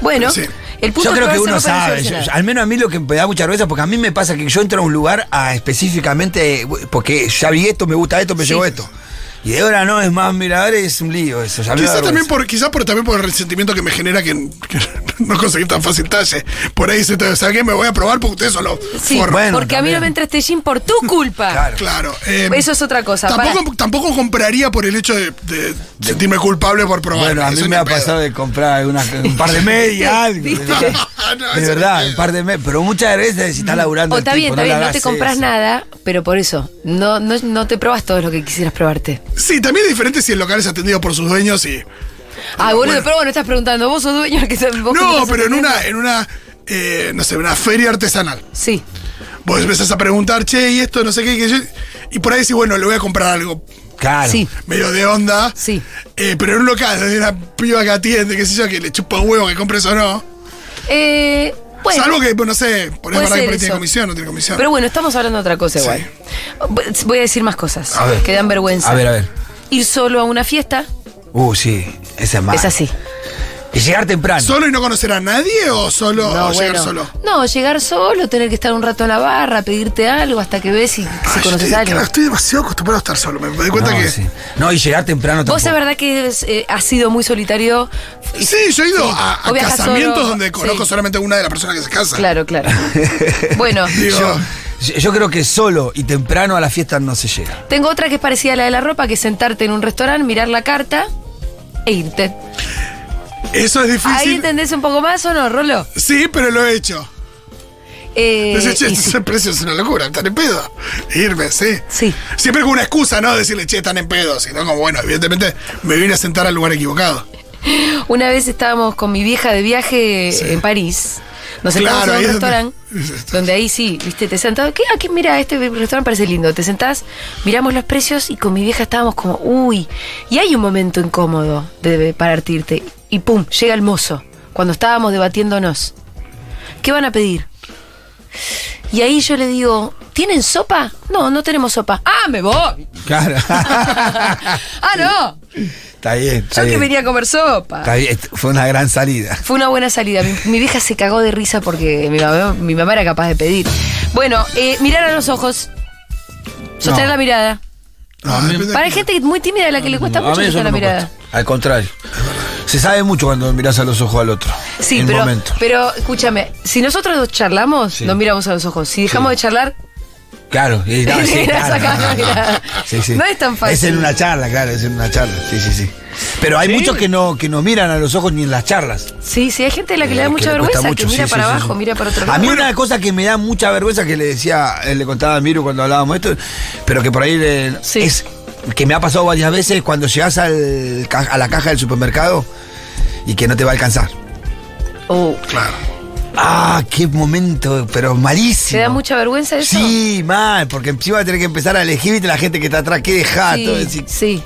[SPEAKER 2] Bueno,
[SPEAKER 1] Sí.
[SPEAKER 2] el punto
[SPEAKER 3] Yo
[SPEAKER 2] es
[SPEAKER 3] creo
[SPEAKER 2] probarse
[SPEAKER 3] que
[SPEAKER 2] ropa y
[SPEAKER 3] uno
[SPEAKER 2] no
[SPEAKER 3] sabe,
[SPEAKER 2] llevarse
[SPEAKER 3] yo-
[SPEAKER 2] nada.
[SPEAKER 3] yo- al menos a mí lo que me da mucha vergüenza, porque a mí me pasa que yo entro a un lugar a específicamente, eh, porque ya vi esto, me gusta esto, me
[SPEAKER 2] Sí.
[SPEAKER 3] llevo esto. Y de ahora no es más mirador, es un lío eso. Ya me da
[SPEAKER 1] Quizás también,
[SPEAKER 3] vergüenza.
[SPEAKER 1] por, quizás por, también por el resentimiento que me genera que, que no conseguí tan fácil talle. Por ahí dice, ¿sabes qué? Me voy a probar porque ustedes son los
[SPEAKER 2] Sí,
[SPEAKER 1] forros".
[SPEAKER 3] bueno,
[SPEAKER 2] porque a mí no
[SPEAKER 3] también.
[SPEAKER 2] me entra este jean por tu culpa.
[SPEAKER 3] Claro.
[SPEAKER 1] Claro. eh,
[SPEAKER 2] Eso es otra cosa.
[SPEAKER 1] Tampoco, tampoco compraría por el hecho de, de sentirme culpable por probar.
[SPEAKER 3] Bueno, a
[SPEAKER 1] Eso
[SPEAKER 3] mí
[SPEAKER 1] ni
[SPEAKER 3] me ha
[SPEAKER 1] en pedo.
[SPEAKER 3] pasado de comprar algunas- un par de medias, algo.
[SPEAKER 2] ¿Viste?
[SPEAKER 3] ¿verdad?
[SPEAKER 1] No, eso
[SPEAKER 3] de
[SPEAKER 1] ni
[SPEAKER 3] verdad,
[SPEAKER 1] pedo.
[SPEAKER 3] un par de medias. Pero muchas veces si está
[SPEAKER 1] Mm.
[SPEAKER 3] laburando.
[SPEAKER 2] O Oh,
[SPEAKER 3] el
[SPEAKER 2] está
[SPEAKER 3] tipo,
[SPEAKER 2] bien, está bien,
[SPEAKER 3] le
[SPEAKER 2] no te
[SPEAKER 3] hagas
[SPEAKER 2] compras
[SPEAKER 3] eso.
[SPEAKER 2] nada, pero por eso, no, no, no te probas todo lo que quisieras probarte.
[SPEAKER 1] Sí, también es diferente si el local es atendido por sus dueños y.
[SPEAKER 2] Ah, boludo, pero bueno, estás preguntando, vos sos dueño del que se- vos que
[SPEAKER 1] No,
[SPEAKER 2] estás
[SPEAKER 1] pero en
[SPEAKER 2] atendiendo?
[SPEAKER 1] una, en una eh, no sé, una feria artesanal.
[SPEAKER 2] Sí.
[SPEAKER 1] Vos empezás a preguntar, che, y esto, no sé qué, qué yo- y por ahí decís, bueno, le voy a comprar algo
[SPEAKER 3] Claro.
[SPEAKER 2] Sí.
[SPEAKER 1] medio de onda.
[SPEAKER 2] Sí.
[SPEAKER 1] Eh, pero en un local donde hay una piba que atiende, qué sé yo, que le chupa huevo que compre eso o no.
[SPEAKER 2] Eh, bueno,
[SPEAKER 1] Salvo que, pues, no sé, por ahí, para
[SPEAKER 2] Puede
[SPEAKER 1] que
[SPEAKER 2] ser
[SPEAKER 1] por ahí tiene
[SPEAKER 2] eso.
[SPEAKER 1] comisión, no tiene comisión.
[SPEAKER 2] pero bueno, estamos hablando de otra cosa
[SPEAKER 1] Sí.
[SPEAKER 2] igual. Voy a decir más cosas
[SPEAKER 3] A ver.
[SPEAKER 2] que dan vergüenza.
[SPEAKER 3] A ver, a ver.
[SPEAKER 2] Ir solo a una fiesta
[SPEAKER 3] Uh, sí. Esa es más.
[SPEAKER 2] es así.
[SPEAKER 3] Y llegar temprano.
[SPEAKER 1] ¿Solo y no conocer a nadie o solo o llegar solo?
[SPEAKER 2] No, llegar solo, tener que estar un rato en la barra, pedirte algo hasta que ves si, si
[SPEAKER 1] Ay,
[SPEAKER 2] conoces
[SPEAKER 1] estoy-
[SPEAKER 2] a alguien.
[SPEAKER 1] claro, estoy demasiado acostumbrado a estar solo. Me doy cuenta
[SPEAKER 3] no,
[SPEAKER 1] que.
[SPEAKER 3] sí. No, y llegar temprano
[SPEAKER 2] Vos es
[SPEAKER 3] tampoco.
[SPEAKER 2] verdad que es, eh, has sido muy solitario.
[SPEAKER 1] Sí, yo he ido a, a
[SPEAKER 2] O viajas
[SPEAKER 1] casamientos
[SPEAKER 2] solo,
[SPEAKER 1] donde conozco
[SPEAKER 2] sí.
[SPEAKER 1] solamente a una de las personas que se casa.
[SPEAKER 2] Claro, claro. bueno,
[SPEAKER 1] Digo,
[SPEAKER 3] Yo- Yo creo que solo y temprano a la fiesta no se llega.
[SPEAKER 2] tengo otra que es parecida a la de la ropa, que es sentarte en un restaurante, mirar la carta e irte.
[SPEAKER 1] eso es
[SPEAKER 2] ¿Ahí
[SPEAKER 1] difícil.
[SPEAKER 2] entendés un poco más o no, Rolo?
[SPEAKER 1] Sí, pero lo he hecho.
[SPEAKER 2] Eh,
[SPEAKER 1] Entonces, che,
[SPEAKER 2] y
[SPEAKER 1] ese
[SPEAKER 2] sí.
[SPEAKER 1] precio es una locura, están en pedo. Irme, sí.
[SPEAKER 2] Sí.
[SPEAKER 1] Siempre con una excusa, ¿no? Decirle, che, están en pedo. Sino como, bueno, evidentemente me vine a sentar al lugar equivocado.
[SPEAKER 2] Una vez estábamos con mi vieja de viaje
[SPEAKER 1] Sí.
[SPEAKER 2] en París. Nos
[SPEAKER 1] Claro,
[SPEAKER 2] sentamos en
[SPEAKER 1] ahí
[SPEAKER 2] un
[SPEAKER 1] es
[SPEAKER 2] restaurante
[SPEAKER 1] donde-
[SPEAKER 2] donde ahí sí, viste, te sentás. ¿Qué? Aquí, mira, este restaurante parece lindo. Te sentás, miramos los precios y con mi vieja estábamos como, uy. Y hay un momento incómodo de partirte. Y pum, llega el mozo. Cuando estábamos debatiéndonos. ¿Qué van a pedir? Y ahí yo le digo, ¿tienen sopa? No, no tenemos sopa. ¡Ah, me voy!
[SPEAKER 3] Claro.
[SPEAKER 2] ¡Ah, no!
[SPEAKER 3] está bien. Está
[SPEAKER 2] Yo que
[SPEAKER 3] bien.
[SPEAKER 2] venía a comer sopa.
[SPEAKER 3] Está bien, Fue una gran salida.
[SPEAKER 2] Fue una buena salida. Mi, mi vieja se cagó de risa porque mi mamá, mi mamá era capaz de pedir. Bueno, eh, mirar a los ojos. Sostener
[SPEAKER 3] No.
[SPEAKER 2] la mirada.
[SPEAKER 1] Ah, depende
[SPEAKER 2] Para
[SPEAKER 1] de-
[SPEAKER 2] hay gente muy tímida a la que le cuesta
[SPEAKER 3] A
[SPEAKER 2] mucho
[SPEAKER 3] mí eso
[SPEAKER 2] sostener la
[SPEAKER 3] no me
[SPEAKER 2] mirada.
[SPEAKER 3] cuesta. Al contrario. Se sabe mucho cuando mirás a los ojos al otro.
[SPEAKER 2] Sí,
[SPEAKER 3] En el
[SPEAKER 2] pero,
[SPEAKER 3] momento.
[SPEAKER 2] pero escúchame, si nosotros dos charlamos,
[SPEAKER 3] Sí.
[SPEAKER 2] nos miramos a los ojos. Si dejamos
[SPEAKER 3] Sí.
[SPEAKER 2] de charlar,
[SPEAKER 3] Claro, y- no, sí,
[SPEAKER 2] Mirás
[SPEAKER 3] claro,
[SPEAKER 2] acá,
[SPEAKER 3] no, no, no.
[SPEAKER 2] mirá.
[SPEAKER 3] Sí, sí.
[SPEAKER 2] No es tan fácil.
[SPEAKER 3] Es en una charla, claro, es en una charla. Sí, sí, sí. Pero hay muchos que no, que no miran a los ojos ni en las charlas.
[SPEAKER 2] sí, sí, hay gente a la que le
[SPEAKER 3] Eh,
[SPEAKER 2] da mucha
[SPEAKER 3] le cuesta
[SPEAKER 2] vergüenza, que
[SPEAKER 3] mucho,
[SPEAKER 2] mira
[SPEAKER 3] sí,
[SPEAKER 2] para
[SPEAKER 3] sí, sí,
[SPEAKER 2] abajo,
[SPEAKER 3] sí.
[SPEAKER 2] mira para otro lado.
[SPEAKER 3] A mí una cosa que me da mucha vergüenza que le decía, eh, le contaba a Miru cuando hablábamos esto, pero que por ahí le-
[SPEAKER 2] Sí.
[SPEAKER 3] es que me ha pasado varias veces cuando llegas al ca- a la caja del supermercado y que no te va a alcanzar.
[SPEAKER 2] Oh,
[SPEAKER 1] Claro.
[SPEAKER 3] Ah, qué momento, pero malísimo.
[SPEAKER 2] ¿Te da mucha vergüenza eso?
[SPEAKER 3] Sí, mal, porque encima tenés que empezar a elegir y la gente que está atrás, ¿qué dejás? Ah, Todo
[SPEAKER 2] sí,
[SPEAKER 3] decir,
[SPEAKER 2] sí.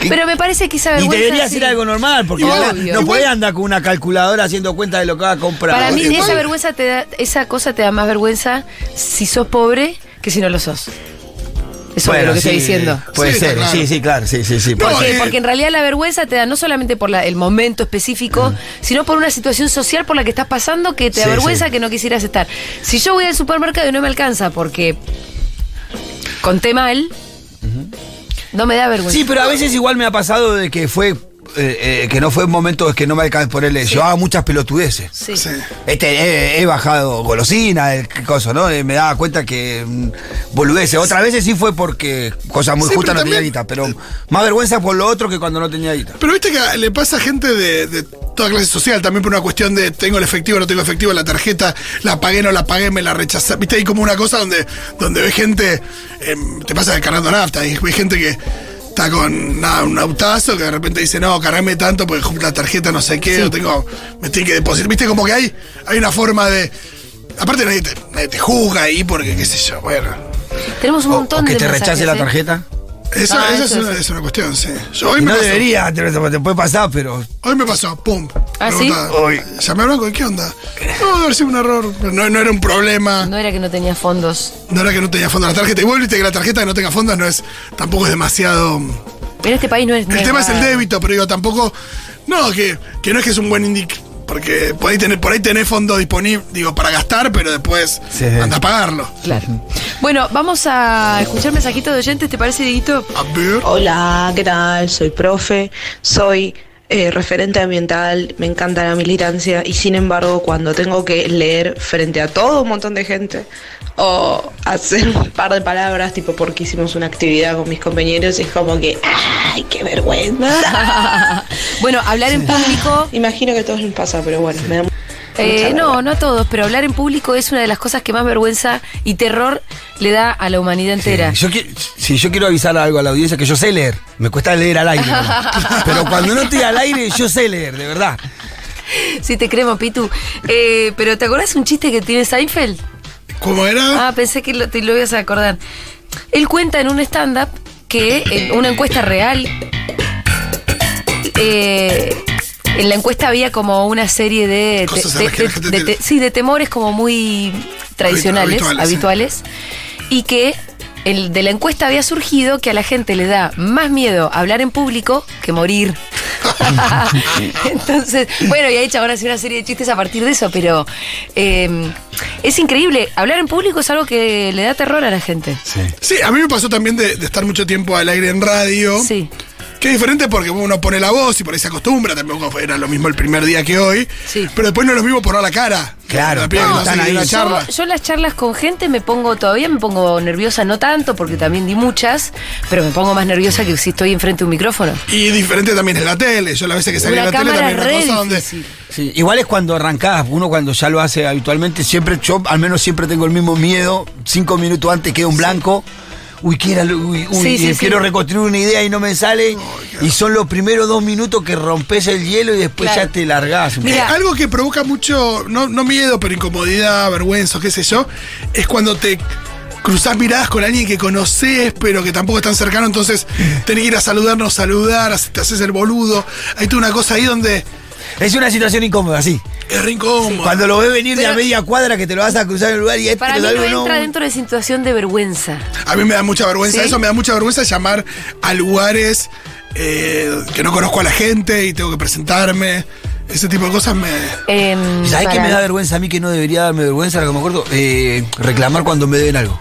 [SPEAKER 3] ¿Qué?
[SPEAKER 2] Pero me parece que esa
[SPEAKER 3] Y
[SPEAKER 2] vergüenza.
[SPEAKER 3] debería
[SPEAKER 2] sí.
[SPEAKER 3] ser algo normal, porque
[SPEAKER 2] Obvio.
[SPEAKER 3] ahora no podés andar con una calculadora haciendo cuenta de lo que va a comprar.
[SPEAKER 2] Para mí
[SPEAKER 3] Porque-
[SPEAKER 2] esa vergüenza te da, esa cosa te da más vergüenza si sos pobre que si no lo sos. Eso es
[SPEAKER 3] Bueno,
[SPEAKER 2] lo que estoy
[SPEAKER 3] sí,
[SPEAKER 2] diciendo.
[SPEAKER 3] Puede
[SPEAKER 1] Sí, está
[SPEAKER 3] ser,
[SPEAKER 1] claro.
[SPEAKER 3] sí, sí, claro, sí, sí, sí.
[SPEAKER 1] No,
[SPEAKER 3] puede
[SPEAKER 2] Porque,
[SPEAKER 1] eh.
[SPEAKER 2] porque en realidad la vergüenza te da no solamente por la- el momento específico, sino por una situación social por la que estás pasando que te
[SPEAKER 3] Sí,
[SPEAKER 2] avergüenza
[SPEAKER 3] sí.
[SPEAKER 2] que no quisieras estar. Si yo voy al supermercado y no me alcanza porque conté mal, no me da vergüenza.
[SPEAKER 3] Sí, pero a veces igual me ha pasado de que fue. eh, eh, que no fue un momento que no me alcanzé por él. Llevaba muchas pelotudeces.
[SPEAKER 2] Sí.
[SPEAKER 1] Sí.
[SPEAKER 3] Este, eh, he, bajado golosina, eh, qué cosa, ¿no? Eh, me daba cuenta que mm, boludeces. Otras veces sí fue porque cosas muy
[SPEAKER 1] Sí,
[SPEAKER 3] justas no
[SPEAKER 1] pero
[SPEAKER 3] tenía
[SPEAKER 1] también-
[SPEAKER 3] guita, pero más vergüenza por lo otro que cuando no tenía guita.
[SPEAKER 1] Pero viste que le pasa a gente de, de toda clase social, también por una cuestión de tengo el efectivo, no tengo efectivo, la tarjeta, la pagué, no la pagué, me la rechazé. Viste, hay como una cosa donde, donde ves gente, em, te pasa cargando nafta, y ves gente que está con nada, un autazo que de repente dice, no, cargame tanto porque la tarjeta no sé qué, o tengo, me tiene que depositar. Viste, como que hay, hay una forma de... Aparte nadie te, nadie te juzga ahí porque, qué sé yo, bueno.
[SPEAKER 2] Tenemos un
[SPEAKER 3] O,
[SPEAKER 2] montón
[SPEAKER 3] o que
[SPEAKER 2] de
[SPEAKER 3] te rechace
[SPEAKER 2] mensajes,
[SPEAKER 3] la
[SPEAKER 2] ¿eh?
[SPEAKER 3] tarjeta.
[SPEAKER 1] Eso,
[SPEAKER 2] Ah,
[SPEAKER 1] eso
[SPEAKER 2] eso
[SPEAKER 1] es, una,
[SPEAKER 2] es-
[SPEAKER 1] es una cuestión, sí. Yo hoy
[SPEAKER 3] Y
[SPEAKER 1] me
[SPEAKER 3] no
[SPEAKER 1] pasó,
[SPEAKER 3] debería, te, te puede pasar, pero. eh,
[SPEAKER 1] Hoy me pasó, pum.
[SPEAKER 2] ¿Ah, sí?
[SPEAKER 1] Pregunta,
[SPEAKER 3] Hoy.
[SPEAKER 1] Llamé a Blanco, ¿qué onda? No, debe haber sido un error. No, no era un problema. No.
[SPEAKER 2] No era que no tenía fondos.
[SPEAKER 1] era que no tenía fondo la tarjeta. Y vos viste que la tarjeta que no tenga fondos no es. tampoco es demasiado.
[SPEAKER 2] Pero este país no es. no
[SPEAKER 1] El tema es el
[SPEAKER 2] nada.
[SPEAKER 1] débito, pero digo, tampoco. No, que, que no es que es un buen indi- Porque por ahí tenés, por ahí tenés fondo disponible, digo, para gastar, pero después
[SPEAKER 3] Sí.
[SPEAKER 1] anda a pagarlo.
[SPEAKER 2] Claro. Bueno, vamos a escuchar mensajitos de oyentes, ¿te parece, Dieguito?
[SPEAKER 1] A ver.
[SPEAKER 4] Hola, ¿qué tal? Soy profe, soy eh, referente ambiental, me encanta la militancia y sin embargo cuando tengo que leer frente a todo un montón de gente o hacer un par de palabras, tipo porque hicimos una actividad con mis compañeros, es como que ¡ay, qué vergüenza!
[SPEAKER 2] bueno, hablar en público.
[SPEAKER 4] Imagino que a todos les pasa, pero bueno, me da mu-
[SPEAKER 2] eh,
[SPEAKER 4] mucha
[SPEAKER 2] no, no a todos, pero hablar en público es una de las cosas que más vergüenza y terror le da a la humanidad entera.
[SPEAKER 3] Yo qui- si yo quiero avisar algo a la audiencia que yo sé leer, me cuesta leer al aire. ¿no? Pero cuando no estoy al aire, yo sé leer, de verdad.
[SPEAKER 2] Sí, te creo, Pitu. Eh, pero ¿te acordás un chiste que tiene Seinfeld?
[SPEAKER 1] ¿Cómo era?
[SPEAKER 2] Ah, pensé que lo, te lo ibas a acordar. Él cuenta en un stand-up que en una encuesta real. eh, en la encuesta había como una serie de.
[SPEAKER 1] Cosas a
[SPEAKER 2] de-
[SPEAKER 1] las que la gente
[SPEAKER 2] de- de-
[SPEAKER 1] tiene.
[SPEAKER 2] sí, de temores como muy tradicionales,
[SPEAKER 1] Habituales,
[SPEAKER 2] habituales.
[SPEAKER 1] sí.
[SPEAKER 2] y que. el de la encuesta había surgido que a la gente le da más miedo hablar en público que morir. Entonces, bueno, y ahí ahora hace una serie de chistes a partir de eso, pero eh, es increíble. Hablar en público es algo que le da terror a la gente.
[SPEAKER 1] Sí, a mí me pasó también de, de estar mucho tiempo al aire en radio.
[SPEAKER 2] Sí.
[SPEAKER 1] Que es diferente porque uno pone la voz y por ahí se acostumbra. Tampoco era lo mismo el primer día que hoy.
[SPEAKER 2] Sí.
[SPEAKER 1] Pero después no es lo mismo poner la cara.
[SPEAKER 3] Claro,
[SPEAKER 1] La piba que
[SPEAKER 3] no,
[SPEAKER 1] no
[SPEAKER 3] están
[SPEAKER 1] hace ni
[SPEAKER 3] ahí.
[SPEAKER 1] una
[SPEAKER 3] Yo-
[SPEAKER 1] charla.
[SPEAKER 2] Yo, yo en las charlas con gente me pongo, todavía me pongo nerviosa, no tanto, porque también di muchas, pero me pongo más nerviosa que si estoy enfrente de un micrófono.
[SPEAKER 1] Y diferente también es la tele. Yo las veces que salí
[SPEAKER 2] Una
[SPEAKER 1] a la tele
[SPEAKER 2] cámara
[SPEAKER 1] también
[SPEAKER 2] re
[SPEAKER 1] una cosa donde.
[SPEAKER 2] difícil.
[SPEAKER 3] Sí, igual es cuando arrancás, uno cuando ya lo hace habitualmente, siempre, yo al menos siempre tengo el mismo miedo, cinco minutos antes queda un blanco, uy, quiero, uy, uy,
[SPEAKER 2] Sí,
[SPEAKER 3] y
[SPEAKER 2] sí, sí.
[SPEAKER 3] quiero reconstruir una idea y no me sale, y son los primeros dos minutos que rompes el hielo y después
[SPEAKER 2] Claro.
[SPEAKER 3] ya te largás.
[SPEAKER 1] Eh,
[SPEAKER 2] Mira.
[SPEAKER 1] algo que provoca mucho, no, no miedo, pero incomodidad, vergüenza, qué sé yo, es cuando te cruzás miradas con alguien que conoces, pero que tampoco es tan cercano, entonces tenés que ir a saludarnos, saludar, hace- te haces el boludo. Hay toda una cosa ahí donde
[SPEAKER 3] Es una situación incómoda, sí.
[SPEAKER 1] es re incómodo.
[SPEAKER 3] Cuando lo ves venir de a
[SPEAKER 2] Pero-
[SPEAKER 3] media cuadra que te lo vas a cruzar en el lugar y este
[SPEAKER 2] Para
[SPEAKER 3] te
[SPEAKER 2] mí
[SPEAKER 3] lo
[SPEAKER 2] no
[SPEAKER 3] digo, no.
[SPEAKER 2] entra dentro de situación de vergüenza.
[SPEAKER 1] A mí me da mucha vergüenza
[SPEAKER 2] ¿Sí?
[SPEAKER 1] eso, me da mucha vergüenza llamar a lugares eh, que no conozco a la gente y tengo que presentarme. Ese tipo de cosas me.
[SPEAKER 2] Em,
[SPEAKER 3] ¿Sabés qué
[SPEAKER 2] para-
[SPEAKER 3] me da vergüenza a mí que no debería darme vergüenza? Ahora que me acuerdo, eh, reclamar cuando me deben algo.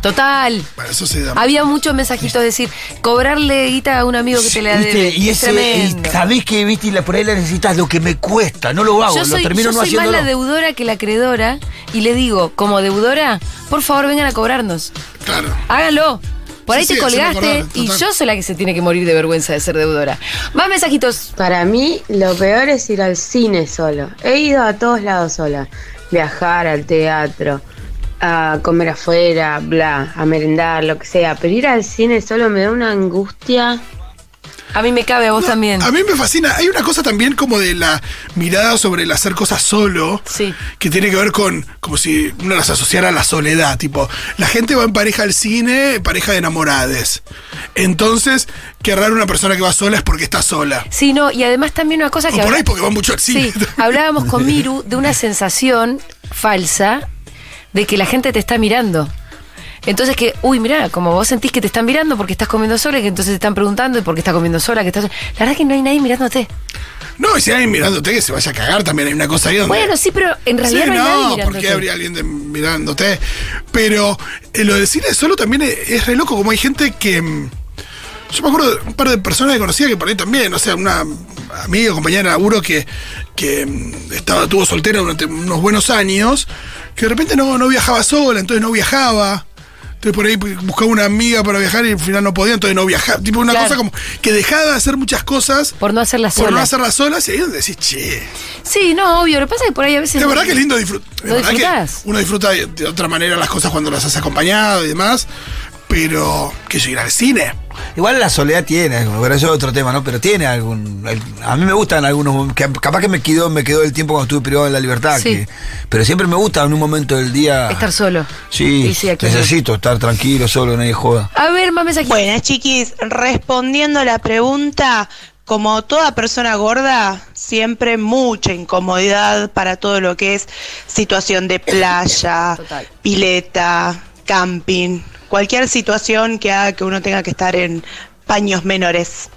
[SPEAKER 2] Total.
[SPEAKER 1] Bueno, eso sí da.
[SPEAKER 2] Había muchos mensajitos, es decir, cobrarle guita a un amigo que te la
[SPEAKER 3] ¿Viste?
[SPEAKER 2] debe.
[SPEAKER 3] Y
[SPEAKER 2] es
[SPEAKER 3] ese, y
[SPEAKER 2] tremendo.
[SPEAKER 3] sabés que viste, y la- por ahí la necesitas lo que me cuesta, no lo hago,
[SPEAKER 2] yo soy,
[SPEAKER 3] lo termino
[SPEAKER 2] yo
[SPEAKER 3] no
[SPEAKER 2] soy más
[SPEAKER 3] haciéndolo.
[SPEAKER 2] la deudora que la acreedora y le digo, como deudora, por favor vengan a cobrarnos.
[SPEAKER 1] Claro.
[SPEAKER 2] Háganlo. Por
[SPEAKER 1] Sí,
[SPEAKER 2] ahí
[SPEAKER 1] sí,
[SPEAKER 2] te
[SPEAKER 1] eso me
[SPEAKER 2] colgaste
[SPEAKER 1] acordaba,
[SPEAKER 2] y
[SPEAKER 1] total.
[SPEAKER 2] yo soy la que se tiene que morir de vergüenza de ser deudora. Más mensajitos.
[SPEAKER 5] Para mí, lo peor es ir al cine solo. He ido a todos lados sola. Viajar al teatro, a comer afuera, bla, a merendar, lo que sea. Pero ir al cine solo me da una angustia.
[SPEAKER 2] A mí me cabe, a vos también.
[SPEAKER 1] A mí me fascina. Hay una cosa también como de la mirada sobre el hacer cosas solo.
[SPEAKER 2] Sí.
[SPEAKER 1] Que tiene que ver con. Como si uno las asociara a la soledad. Tipo, la gente va en pareja al cine, pareja de enamorades. Entonces, qué raro una persona que va sola es porque está sola.
[SPEAKER 2] Sí, no, y además también una cosa
[SPEAKER 1] O
[SPEAKER 2] que...
[SPEAKER 1] por
[SPEAKER 2] habla-
[SPEAKER 1] ahí porque va mucho al cine.
[SPEAKER 2] Sí, hablábamos con Miru de una sensación falsa de que la gente te está mirando. Entonces que, uy, mirá, como vos sentís que te están mirando porque estás comiendo sola y que entonces te están preguntando y por qué estás comiendo sola, que estás... La verdad es que no hay nadie mirándote.
[SPEAKER 1] No, y si hay alguien mirándote que se vaya a cagar también. Hay una cosa ahí donde.
[SPEAKER 2] Bueno, sí, pero en realidad
[SPEAKER 1] Sí,
[SPEAKER 2] no hay nadie
[SPEAKER 1] no,
[SPEAKER 2] mirándote.
[SPEAKER 1] porque habría alguien de- mirándote. Pero eh, lo del cine solo también es, es re loco, como hay gente que. mm, Yo me acuerdo de un par de personas que conocía que por ahí también, o sea, una amiga, compañera de laburo que, que mm, estaba, estuvo soltera durante unos buenos años, que de repente no, no viajaba sola, entonces no viajaba. Entonces por ahí buscaba una amiga para viajar y al final no podía, entonces no viajaba. Tipo una
[SPEAKER 2] Claro.
[SPEAKER 1] cosa como que dejaba de hacer muchas cosas
[SPEAKER 2] Por no hacerlas
[SPEAKER 1] por no
[SPEAKER 2] sola.
[SPEAKER 1] hacerlas solas y ahí es donde decís, che,
[SPEAKER 2] Sí, no, obvio. Lo que pasa es que por ahí a veces.
[SPEAKER 1] es verdad que es lindo disfrutar.
[SPEAKER 2] Lo disfrutás.
[SPEAKER 1] Uno disfruta de, de otra manera las cosas cuando las haces acompañado y demás. Pero que yo ir al cine.
[SPEAKER 3] Igual la soledad tiene, algo, pero eso es otro tema, ¿no? Pero tiene algún. al- A mí me gustan algunos. que capaz que me quedó, me quedó el tiempo cuando estuve privado de la libertad.
[SPEAKER 2] Sí.
[SPEAKER 3] que- pero siempre me gusta en un momento del día.
[SPEAKER 2] Estar solo.
[SPEAKER 3] Sí,
[SPEAKER 2] Y sí, aquí
[SPEAKER 3] necesito estar tranquilo, solo, nadie joda.
[SPEAKER 2] A ver, mames aquí.
[SPEAKER 6] Buenas chiquis, respondiendo a la pregunta, como toda persona gorda, siempre mucha incomodidad para todo lo que es situación de playa,
[SPEAKER 2] Total.
[SPEAKER 6] pileta, camping, cualquier situación que haga que uno tenga que estar en paños menores.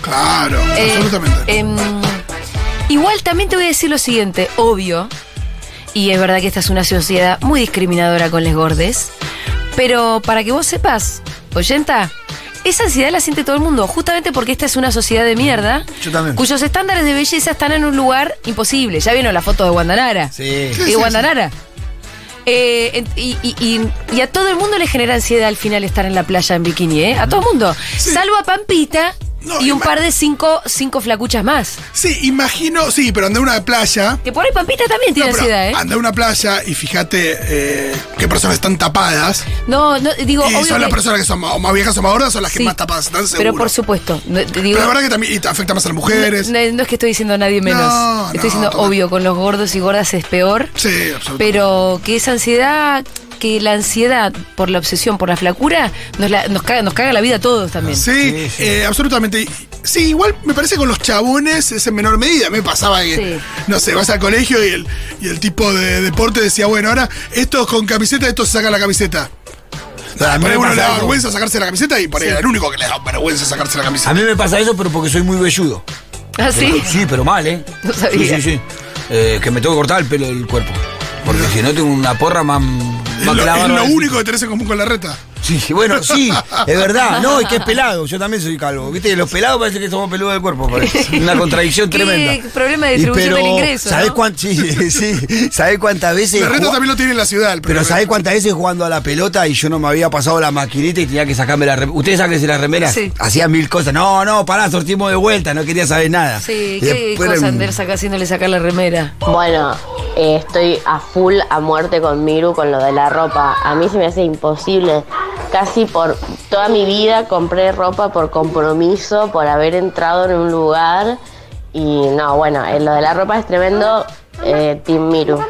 [SPEAKER 1] Claro,
[SPEAKER 2] Eh,
[SPEAKER 1] absolutamente.
[SPEAKER 2] em, Igual también te voy a decir lo siguiente, obvio, y es verdad que esta es una sociedad muy discriminadora con los gordes, pero para que vos sepas, oyenta, esa ansiedad la siente todo el mundo, justamente porque esta es una sociedad de mierda,
[SPEAKER 3] Yo también.
[SPEAKER 2] cuyos estándares de belleza están en un lugar imposible. Ya vieron la foto de Guandanara.
[SPEAKER 3] Sí.
[SPEAKER 1] Sí, sí,
[SPEAKER 2] Y Guandanara. Eh, en- y, y- y- y a todo el mundo le genera ansiedad al final estar en la playa en bikini, ¿eh? A todo el mundo. Salvo a Pampita
[SPEAKER 1] No,
[SPEAKER 2] y un
[SPEAKER 1] ima-
[SPEAKER 2] par de cinco, cinco flacuchas más.
[SPEAKER 1] Sí, imagino, sí, pero anda a una playa.
[SPEAKER 2] Que por ahí Pampita también tiene
[SPEAKER 1] No, pero
[SPEAKER 2] ansiedad, ¿eh?
[SPEAKER 1] Anda a una playa y fíjate eh, qué personas están tapadas.
[SPEAKER 2] No, no, digo,
[SPEAKER 1] y
[SPEAKER 2] obvio
[SPEAKER 1] son las
[SPEAKER 2] que-
[SPEAKER 1] personas que son más, o más viejas o más gordas, son las que
[SPEAKER 2] sí,
[SPEAKER 1] más tapadas están seguro.
[SPEAKER 2] Pero por supuesto, no, te digo,
[SPEAKER 1] Pero la verdad que también y afecta más a las mujeres.
[SPEAKER 2] no, no es que estoy diciendo a nadie menos.
[SPEAKER 1] No,
[SPEAKER 2] estoy
[SPEAKER 1] no,
[SPEAKER 2] diciendo,
[SPEAKER 1] total.
[SPEAKER 2] obvio, con los gordos y gordas es peor.
[SPEAKER 1] sí, absolutamente.
[SPEAKER 2] Pero que esa ansiedad, que la ansiedad por la obsesión, por la flacura, nos, la- nos, caga, nos caga la vida a todos también.
[SPEAKER 1] Sí,
[SPEAKER 3] Sí, sí.
[SPEAKER 1] eh, absolutamente. Sí, igual me parece que con los chabones es en menor medida. Me pasaba que,
[SPEAKER 2] Sí.
[SPEAKER 1] no sé, vas al colegio y el, y el tipo de deporte decía, bueno, ahora estos con camiseta, estos se sacan la camiseta. Por ahí
[SPEAKER 3] A mí Ah, me
[SPEAKER 1] uno
[SPEAKER 3] pasa
[SPEAKER 1] le da
[SPEAKER 3] eso.
[SPEAKER 1] vergüenza sacarse la camiseta y por ahí
[SPEAKER 2] Sí.
[SPEAKER 1] era el único que le da vergüenza sacarse la
[SPEAKER 3] A
[SPEAKER 1] camiseta.
[SPEAKER 3] mí me pasa eso, pero porque soy muy velludo.
[SPEAKER 2] ¿Ah, sí?
[SPEAKER 3] Sí, pero mal, ¿eh?
[SPEAKER 2] No sabía.
[SPEAKER 3] Sí, sí, sí. Eh, que me tengo que cortar el pelo del cuerpo. Porque si no tengo una porra más,
[SPEAKER 1] Es
[SPEAKER 3] más
[SPEAKER 1] lo,
[SPEAKER 3] que la
[SPEAKER 1] es
[SPEAKER 3] barba
[SPEAKER 1] lo
[SPEAKER 3] del-
[SPEAKER 1] único que tenés en común con la reta.
[SPEAKER 3] Sí, sí, bueno, sí, es verdad. No, es que es pelado. Yo también soy calvo. Viste que los pelados parece que somos peludos del cuerpo. parece. Una contradicción
[SPEAKER 2] Qué
[SPEAKER 3] tremenda.
[SPEAKER 2] problema de
[SPEAKER 3] Y
[SPEAKER 2] distribución
[SPEAKER 3] pero,
[SPEAKER 2] del ingreso,
[SPEAKER 3] ¿Sabés
[SPEAKER 2] ¿no?
[SPEAKER 3] cuán- sí, sí, ¿sabés cuántas veces?
[SPEAKER 1] La reta
[SPEAKER 3] jugá-
[SPEAKER 1] también lo tiene en la ciudad. el
[SPEAKER 3] Pero
[SPEAKER 1] problema.
[SPEAKER 3] ¿sabés cuántas veces jugando a la pelota y yo no me había pasado la maquinita y tenía que sacarme la remera? ¿Ustedes saben que si las remeras?
[SPEAKER 2] Sí.
[SPEAKER 3] Hacía mil cosas. No, no, pará, sortimos de vuelta, no quería saber nada.
[SPEAKER 2] Sí,
[SPEAKER 3] Y
[SPEAKER 2] qué
[SPEAKER 3] después era
[SPEAKER 2] cosa
[SPEAKER 3] un-
[SPEAKER 2] Andrés acá haciéndole sacar la remera.
[SPEAKER 7] Bueno, eh, estoy a full a muerte con Miru con lo de la ropa. A mí se me hace imposible. Casi por toda mi vida compré ropa por compromiso, por haber entrado en un lugar. Y no, bueno, eh, lo de la ropa es tremendo. Eh, Team Miru.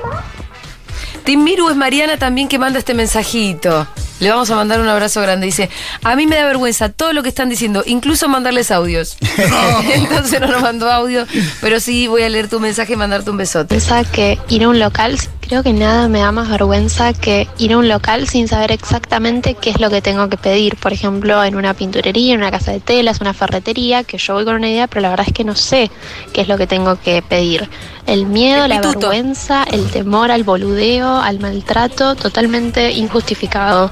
[SPEAKER 2] Tim Miru es Mariana también que manda este mensajito. Le vamos a mandar un abrazo grande. Dice, a mí me da vergüenza todo lo que están diciendo, incluso mandarles audios. Entonces no nos mandó audio, pero sí voy a leer tu mensaje y mandarte un besote.
[SPEAKER 8] vergüenza que ir a un local, creo que nada me da más vergüenza que ir a un local sin saber exactamente qué es lo que tengo que pedir. Por ejemplo, en una pinturería, en una casa de telas, una ferretería, que yo voy con una idea, pero la verdad es que no sé qué es lo que tengo que pedir. El miedo,
[SPEAKER 2] El
[SPEAKER 8] la
[SPEAKER 2] pituto.
[SPEAKER 8] vergüenza, el temor al boludeo, al maltrato, totalmente injustificado.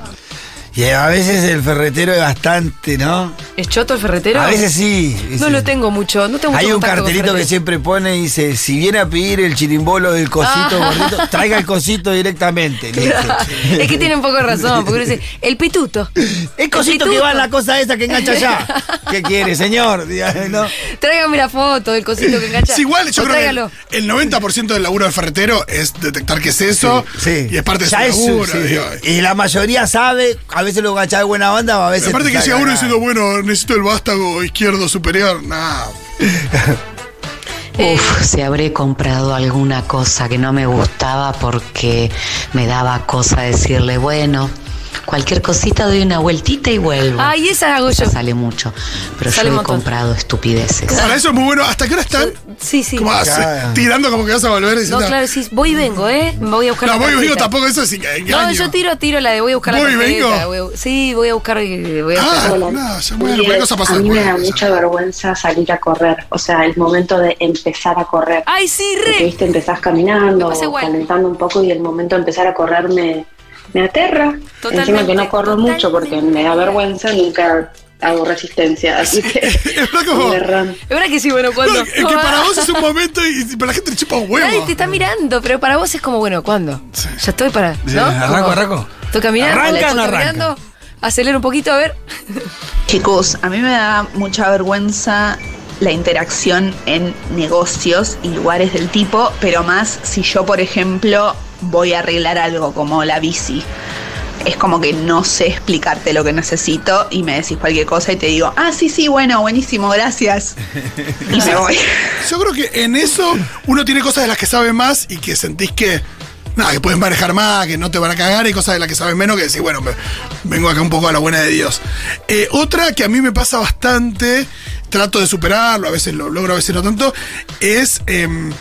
[SPEAKER 3] Y a veces el ferretero es bastante, ¿no?
[SPEAKER 2] ¿Es choto el ferretero?
[SPEAKER 3] A veces sí.
[SPEAKER 2] No
[SPEAKER 3] sí.
[SPEAKER 2] lo tengo mucho, no tengo mucho
[SPEAKER 3] Hay un
[SPEAKER 2] contacto con
[SPEAKER 3] cartelito que
[SPEAKER 2] ferreteros.
[SPEAKER 3] siempre pone y dice, si viene a pedir el chirimbolo del cosito
[SPEAKER 2] Ah.
[SPEAKER 3] gordito, traiga el cosito directamente. le dice.
[SPEAKER 2] es que tiene un poco de razón, porque uno dice, el pituto.
[SPEAKER 3] El cosito que
[SPEAKER 2] pituto.
[SPEAKER 3] va en la cosa esa que engancha allá. ¿Qué quiere, señor? Diga, ¿no?
[SPEAKER 2] Tráigame la foto del cosito que engancha.
[SPEAKER 1] Sí, igual yo
[SPEAKER 2] O
[SPEAKER 1] creo
[SPEAKER 2] tráigalo.
[SPEAKER 1] que el, el 90% del laburo del ferretero es detectar qué es eso
[SPEAKER 3] Sí.
[SPEAKER 1] y es parte de su
[SPEAKER 3] Ya es su-
[SPEAKER 1] laburo.
[SPEAKER 3] sí,
[SPEAKER 1] digo. eh.
[SPEAKER 3] sí. Y la mayoría sabe, a veces lo engancha de buena banda, a
[SPEAKER 1] Pero
[SPEAKER 3] veces.
[SPEAKER 1] aparte
[SPEAKER 3] te
[SPEAKER 1] que
[SPEAKER 3] saca
[SPEAKER 1] llega uno
[SPEAKER 3] nada.
[SPEAKER 1] diciendo, bueno, necesito el vástago izquierdo superior. Nah.
[SPEAKER 2] Eh,
[SPEAKER 9] Uf, si habré comprado alguna cosa que no me gustaba porque me daba cosa decirle, bueno, cualquier cosita doy una vueltita y vuelvo.
[SPEAKER 2] Ay, esas hago yo.
[SPEAKER 9] Eso sale mucho, pero
[SPEAKER 2] Sale un
[SPEAKER 9] yo he
[SPEAKER 2] montón.
[SPEAKER 9] comprado estupideces.
[SPEAKER 1] Para eso es muy bueno. ¿Hasta qué hora están?
[SPEAKER 2] Sí, sí.
[SPEAKER 1] Como hace-
[SPEAKER 3] Claro.
[SPEAKER 1] tirando como que vas a volver.
[SPEAKER 2] No,
[SPEAKER 1] diciendo,
[SPEAKER 2] claro, sí, voy y vengo, ¿eh? Voy a buscar
[SPEAKER 1] No,
[SPEAKER 2] la
[SPEAKER 1] voy y vengo
[SPEAKER 2] tarjeta.
[SPEAKER 1] tampoco eso es engaño.
[SPEAKER 2] No, yo tiro, tiro la de voy a buscar
[SPEAKER 1] ¿Voy y
[SPEAKER 2] la tarjeta.
[SPEAKER 1] vengo?
[SPEAKER 2] voy a bu- sí, voy a buscar. eh, Voy a
[SPEAKER 1] Ah,
[SPEAKER 2] buscar-
[SPEAKER 1] no, ya, bueno, cualquier cosa pasa
[SPEAKER 10] a mí me da
[SPEAKER 1] después,
[SPEAKER 10] mucha
[SPEAKER 1] ya.
[SPEAKER 10] vergüenza salir a correr, o sea, el momento de empezar a correr.
[SPEAKER 2] ¡Ay, sí,
[SPEAKER 10] Porque,
[SPEAKER 2] re!
[SPEAKER 10] viste, empezás caminando,
[SPEAKER 2] Me pasa igual.
[SPEAKER 10] calentando un poco y el momento de empezar a correr me, me aterra.
[SPEAKER 2] Totalmente,
[SPEAKER 10] Encima que no corro mucho porque
[SPEAKER 2] totalmente.
[SPEAKER 10] me da vergüenza, nunca hago resistencia, así que...
[SPEAKER 1] Es verdad como-
[SPEAKER 10] me ram-
[SPEAKER 2] Es verdad que sí, bueno,
[SPEAKER 1] No,
[SPEAKER 2] cuando.
[SPEAKER 1] es que para vos es un momento y, y para la gente le chupa un huevo.
[SPEAKER 2] Nadie te está mirando, pero para vos es como, bueno, ¿cuándo? Ya estoy para.
[SPEAKER 3] Sí,
[SPEAKER 2] ¿No?
[SPEAKER 3] arranco,
[SPEAKER 2] Como,
[SPEAKER 3] arranco.
[SPEAKER 2] Estoy caminando,
[SPEAKER 3] Arranca,
[SPEAKER 2] estoy
[SPEAKER 3] no arranca.
[SPEAKER 2] caminando, acelero un poquito, a ver.
[SPEAKER 11] Chicos, a mí me da mucha vergüenza la interacción en negocios y lugares del tipo, pero más si yo, por ejemplo, voy a arreglar algo como la bici. Es como que no sé explicarte lo que necesito y me decís cualquier cosa y te digo, ah, sí, sí, bueno, buenísimo, gracias. Y me voy.
[SPEAKER 1] Yo creo que en eso uno tiene cosas de las que sabe más y que sentís que. Nada, que puedes manejar más, que no te van a cagar, y cosas de las que sabes menos que decís, bueno, me- vengo acá un poco a la buena de Dios. Eh, otra que a mí me pasa bastante, trato de superarlo, a veces lo logro, a veces no tanto, es em,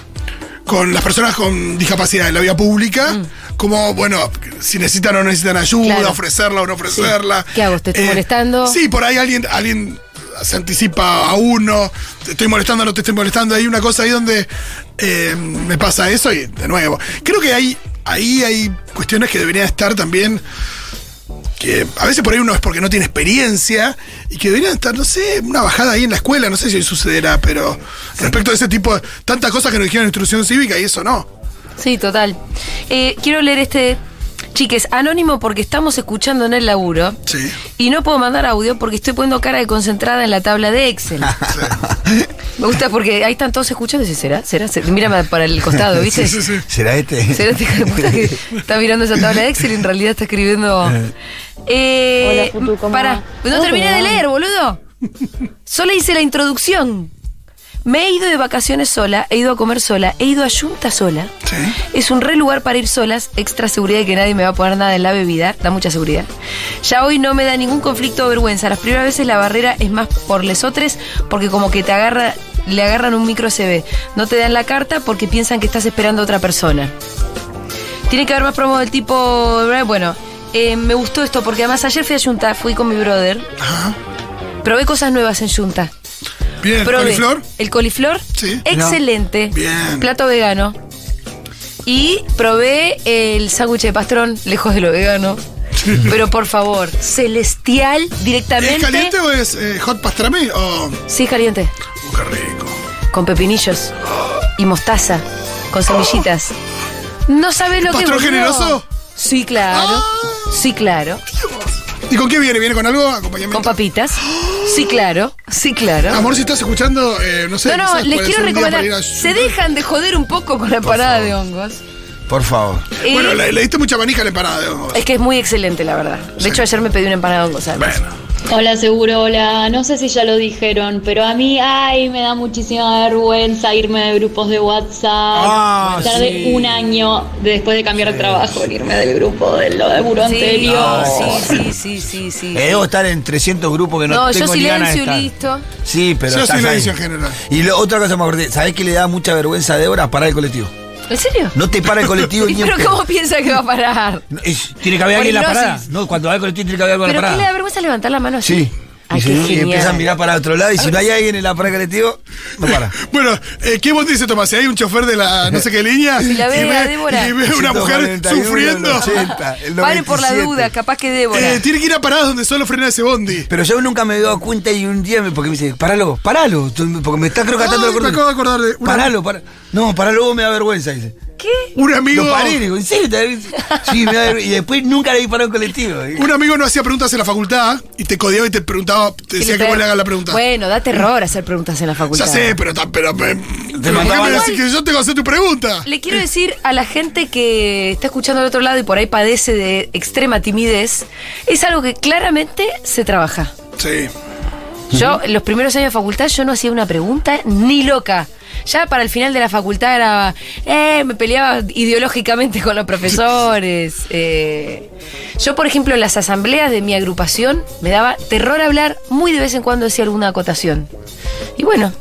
[SPEAKER 1] con las personas con discapacidad en la vía pública, como, bueno, si necesitan o no necesitan ayuda,
[SPEAKER 2] Claro.
[SPEAKER 1] ofrecerla o no ofrecerla.
[SPEAKER 2] ¿Qué hago? ¿Te estoy molestando?
[SPEAKER 1] Sí, por ahí alguien, alguien se anticipa a uno, te estoy molestando, no te estoy molestando, hay una cosa ahí donde eh, me pasa eso y de nuevo. Creo que hay, ahí hay cuestiones que deberían estar también, que a veces por ahí uno es porque no tiene experiencia y que deberían estar, no sé, una bajada ahí en la escuela, no sé si hoy sucederá, pero respecto a ese tipo de tantas cosas que nos dijeron en instrucción cívica y eso no.
[SPEAKER 2] Sí, total. Eh, quiero leer este. Chiques, anónimo porque estamos escuchando en el laburo.
[SPEAKER 1] Sí.
[SPEAKER 2] Y no puedo mandar audio porque estoy poniendo cara de concentrada en la tabla de Excel. Me gusta porque ahí están todos escuchando y dice, ¿será? ¿Será? ¿Será? Mírame para el costado, ¿viste?
[SPEAKER 3] Sí, sí, sí. ¿Será este?
[SPEAKER 2] ¿Será este hijo de puta que está mirando esa tabla de Excel y en realidad está escribiendo... Eh,
[SPEAKER 10] Hola, Futu, ¿cómo
[SPEAKER 2] para,
[SPEAKER 10] va?
[SPEAKER 2] no
[SPEAKER 10] ¿Cómo
[SPEAKER 2] terminé
[SPEAKER 10] te va?
[SPEAKER 2] de leer, boludo. Solo hice la introducción. Me he ido de vacaciones sola, he ido a comer sola, he ido a Yunta sola. Es un re lugar para ir solas, extra seguridad de que nadie me va a poner nada en la bebida, da mucha seguridad. Ya hoy no me da ningún conflicto o vergüenza. Las primeras veces la barrera es más por lesotres, porque como que te agarra, le agarran un micro CB. No te dan la carta porque piensan que estás esperando a otra persona. Tiene que haber más promos del tipo. Bueno, eh, me gustó esto porque además ayer fui a Junta, fui con mi brother. Probé cosas nuevas en Junta.
[SPEAKER 1] Bien,
[SPEAKER 2] Probé
[SPEAKER 1] coliflor.
[SPEAKER 2] El coliflor.
[SPEAKER 1] Sí.
[SPEAKER 2] Excelente.
[SPEAKER 1] Bien.
[SPEAKER 2] Plato vegano. Y probé el sándwich de pastrón, lejos de lo vegano. Pero por favor, celestial directamente.
[SPEAKER 1] ¿Es caliente o es eh, hot pastrami? O...
[SPEAKER 2] Sí, es caliente.
[SPEAKER 1] Qué rico.
[SPEAKER 2] Con pepinillos. Y mostaza. Con semillitas. No sabes lo que
[SPEAKER 1] ¿Pastrón
[SPEAKER 2] boludo.
[SPEAKER 1] generoso? Ah.
[SPEAKER 2] Sí, claro. Sí, claro.
[SPEAKER 1] ¿Y con qué viene? ¿Viene con algo? Acompañamiento.
[SPEAKER 2] Con papitas. Sí, claro. Sí, claro.
[SPEAKER 1] Amor, si estás escuchando, eh, no sé.
[SPEAKER 2] no, no,
[SPEAKER 1] quizás
[SPEAKER 2] les
[SPEAKER 1] Ah, puede
[SPEAKER 2] quiero
[SPEAKER 1] ser un día
[SPEAKER 2] recomendar.
[SPEAKER 1] para ir a-
[SPEAKER 2] Se dejan de joder un poco con la parada de hongos.
[SPEAKER 3] Por favor.
[SPEAKER 2] Y-
[SPEAKER 1] Bueno, le, le diste mucha manija a la empanada. digamos.
[SPEAKER 2] Es que es muy excelente, la verdad. De hecho, ayer me pedí una empanada de hongos. además.
[SPEAKER 12] Hola, seguro, hola. No sé si ya lo dijeron, pero a mí, ay, me da muchísima vergüenza irme de grupos de WhatsApp.
[SPEAKER 10] Ah,
[SPEAKER 12] Tardé
[SPEAKER 10] sí.
[SPEAKER 12] un año después de cambiar de trabajo en irme del grupo del laburo
[SPEAKER 2] Sí,
[SPEAKER 12] anterior.
[SPEAKER 2] no, sí, sí, sí, sí, sí.
[SPEAKER 3] Eh, debo estar en 300 grupos que no,
[SPEAKER 2] No, yo
[SPEAKER 3] tengo ni ganas de
[SPEAKER 2] silencio y
[SPEAKER 3] estar.
[SPEAKER 2] listo.
[SPEAKER 3] Sí, pero
[SPEAKER 1] Yo
[SPEAKER 3] estás
[SPEAKER 1] silencio
[SPEAKER 3] ahí.
[SPEAKER 1] en general.
[SPEAKER 3] Y lo- otra cosa me acordé, ¿sabés que le da mucha vergüenza a Débora parar el colectivo?
[SPEAKER 2] ¿En serio?
[SPEAKER 3] No te para el colectivo
[SPEAKER 2] ¿Y
[SPEAKER 3] ni en
[SPEAKER 2] pero
[SPEAKER 3] pedo.
[SPEAKER 2] cómo piensa que va a parar?
[SPEAKER 3] No, es- tiene que haber
[SPEAKER 2] Por
[SPEAKER 3] alguien en la
[SPEAKER 2] hipnosis.
[SPEAKER 3] parada. No, cuando va el colectivo tiene que haber algo en la
[SPEAKER 2] ¿Pero qué le da
[SPEAKER 3] parada.
[SPEAKER 2] vergüenza levantar la mano así?
[SPEAKER 3] Sí.
[SPEAKER 2] Ay,
[SPEAKER 3] y,
[SPEAKER 2] qué
[SPEAKER 3] si- y
[SPEAKER 2] genial.
[SPEAKER 3] empieza a mirar para otro lado y si no hay alguien en la parada del colectivo, no para.
[SPEAKER 1] Bueno, eh, ¿qué vos dice Tomás? Si hay un chofer de la no sé qué línea
[SPEAKER 2] Si la ve
[SPEAKER 1] y
[SPEAKER 2] la Débora.
[SPEAKER 1] y ve una mujer
[SPEAKER 3] 141,
[SPEAKER 1] sufriendo,
[SPEAKER 3] el 80, el
[SPEAKER 2] Vale por la
[SPEAKER 3] 97.
[SPEAKER 2] duda, capaz que Débora.
[SPEAKER 1] eh, tiene que ir a paradas donde solo frena ese bondi.
[SPEAKER 3] Pero yo nunca me he dado cuenta y un día me, porque me dice, paralo, paralo, tú- porque me está
[SPEAKER 1] Ay,
[SPEAKER 3] crocatando el
[SPEAKER 1] me
[SPEAKER 3] cordón.
[SPEAKER 1] acabo de acordar de una-
[SPEAKER 3] Paralo, paralo. No, paralo vos me da vergüenza, dice.
[SPEAKER 2] ¿Qué?
[SPEAKER 1] Un amigo,
[SPEAKER 3] Lo paré, digo, ¿en serio? te da vergüenza?" Sí, me da vergüenza. Y después nunca le disparó el colectivo.
[SPEAKER 1] un amigo no hacía preguntas en la facultad y te codeaba y te preguntaba, te decía que vos le hagas la pregunta.
[SPEAKER 2] Bueno, da terror hacer preguntas en la facultad.
[SPEAKER 1] ya sé, pero, ta- pero, me- pero ¿por qué
[SPEAKER 3] mandaba-
[SPEAKER 1] me decís que yo tengo que hacer tu pregunta?
[SPEAKER 2] Le quiero decir a la gente que está escuchando al otro lado y por ahí padece de extrema timidez, es algo que claramente se trabaja.
[SPEAKER 1] Sí.
[SPEAKER 2] Yo, en los primeros años de facultad, yo no hacía una pregunta ni loca. Ya para el final de la facultad era. eh, me peleaba ideológicamente con los profesores. eh. Yo, por ejemplo, en las asambleas de mi agrupación me daba terror hablar, muy de vez en cuando hacía alguna acotación. Y bueno,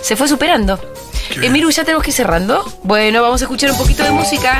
[SPEAKER 2] se fue superando. Emiru, ya tenemos que ir cerrando. Bueno, vamos a escuchar un poquito de música.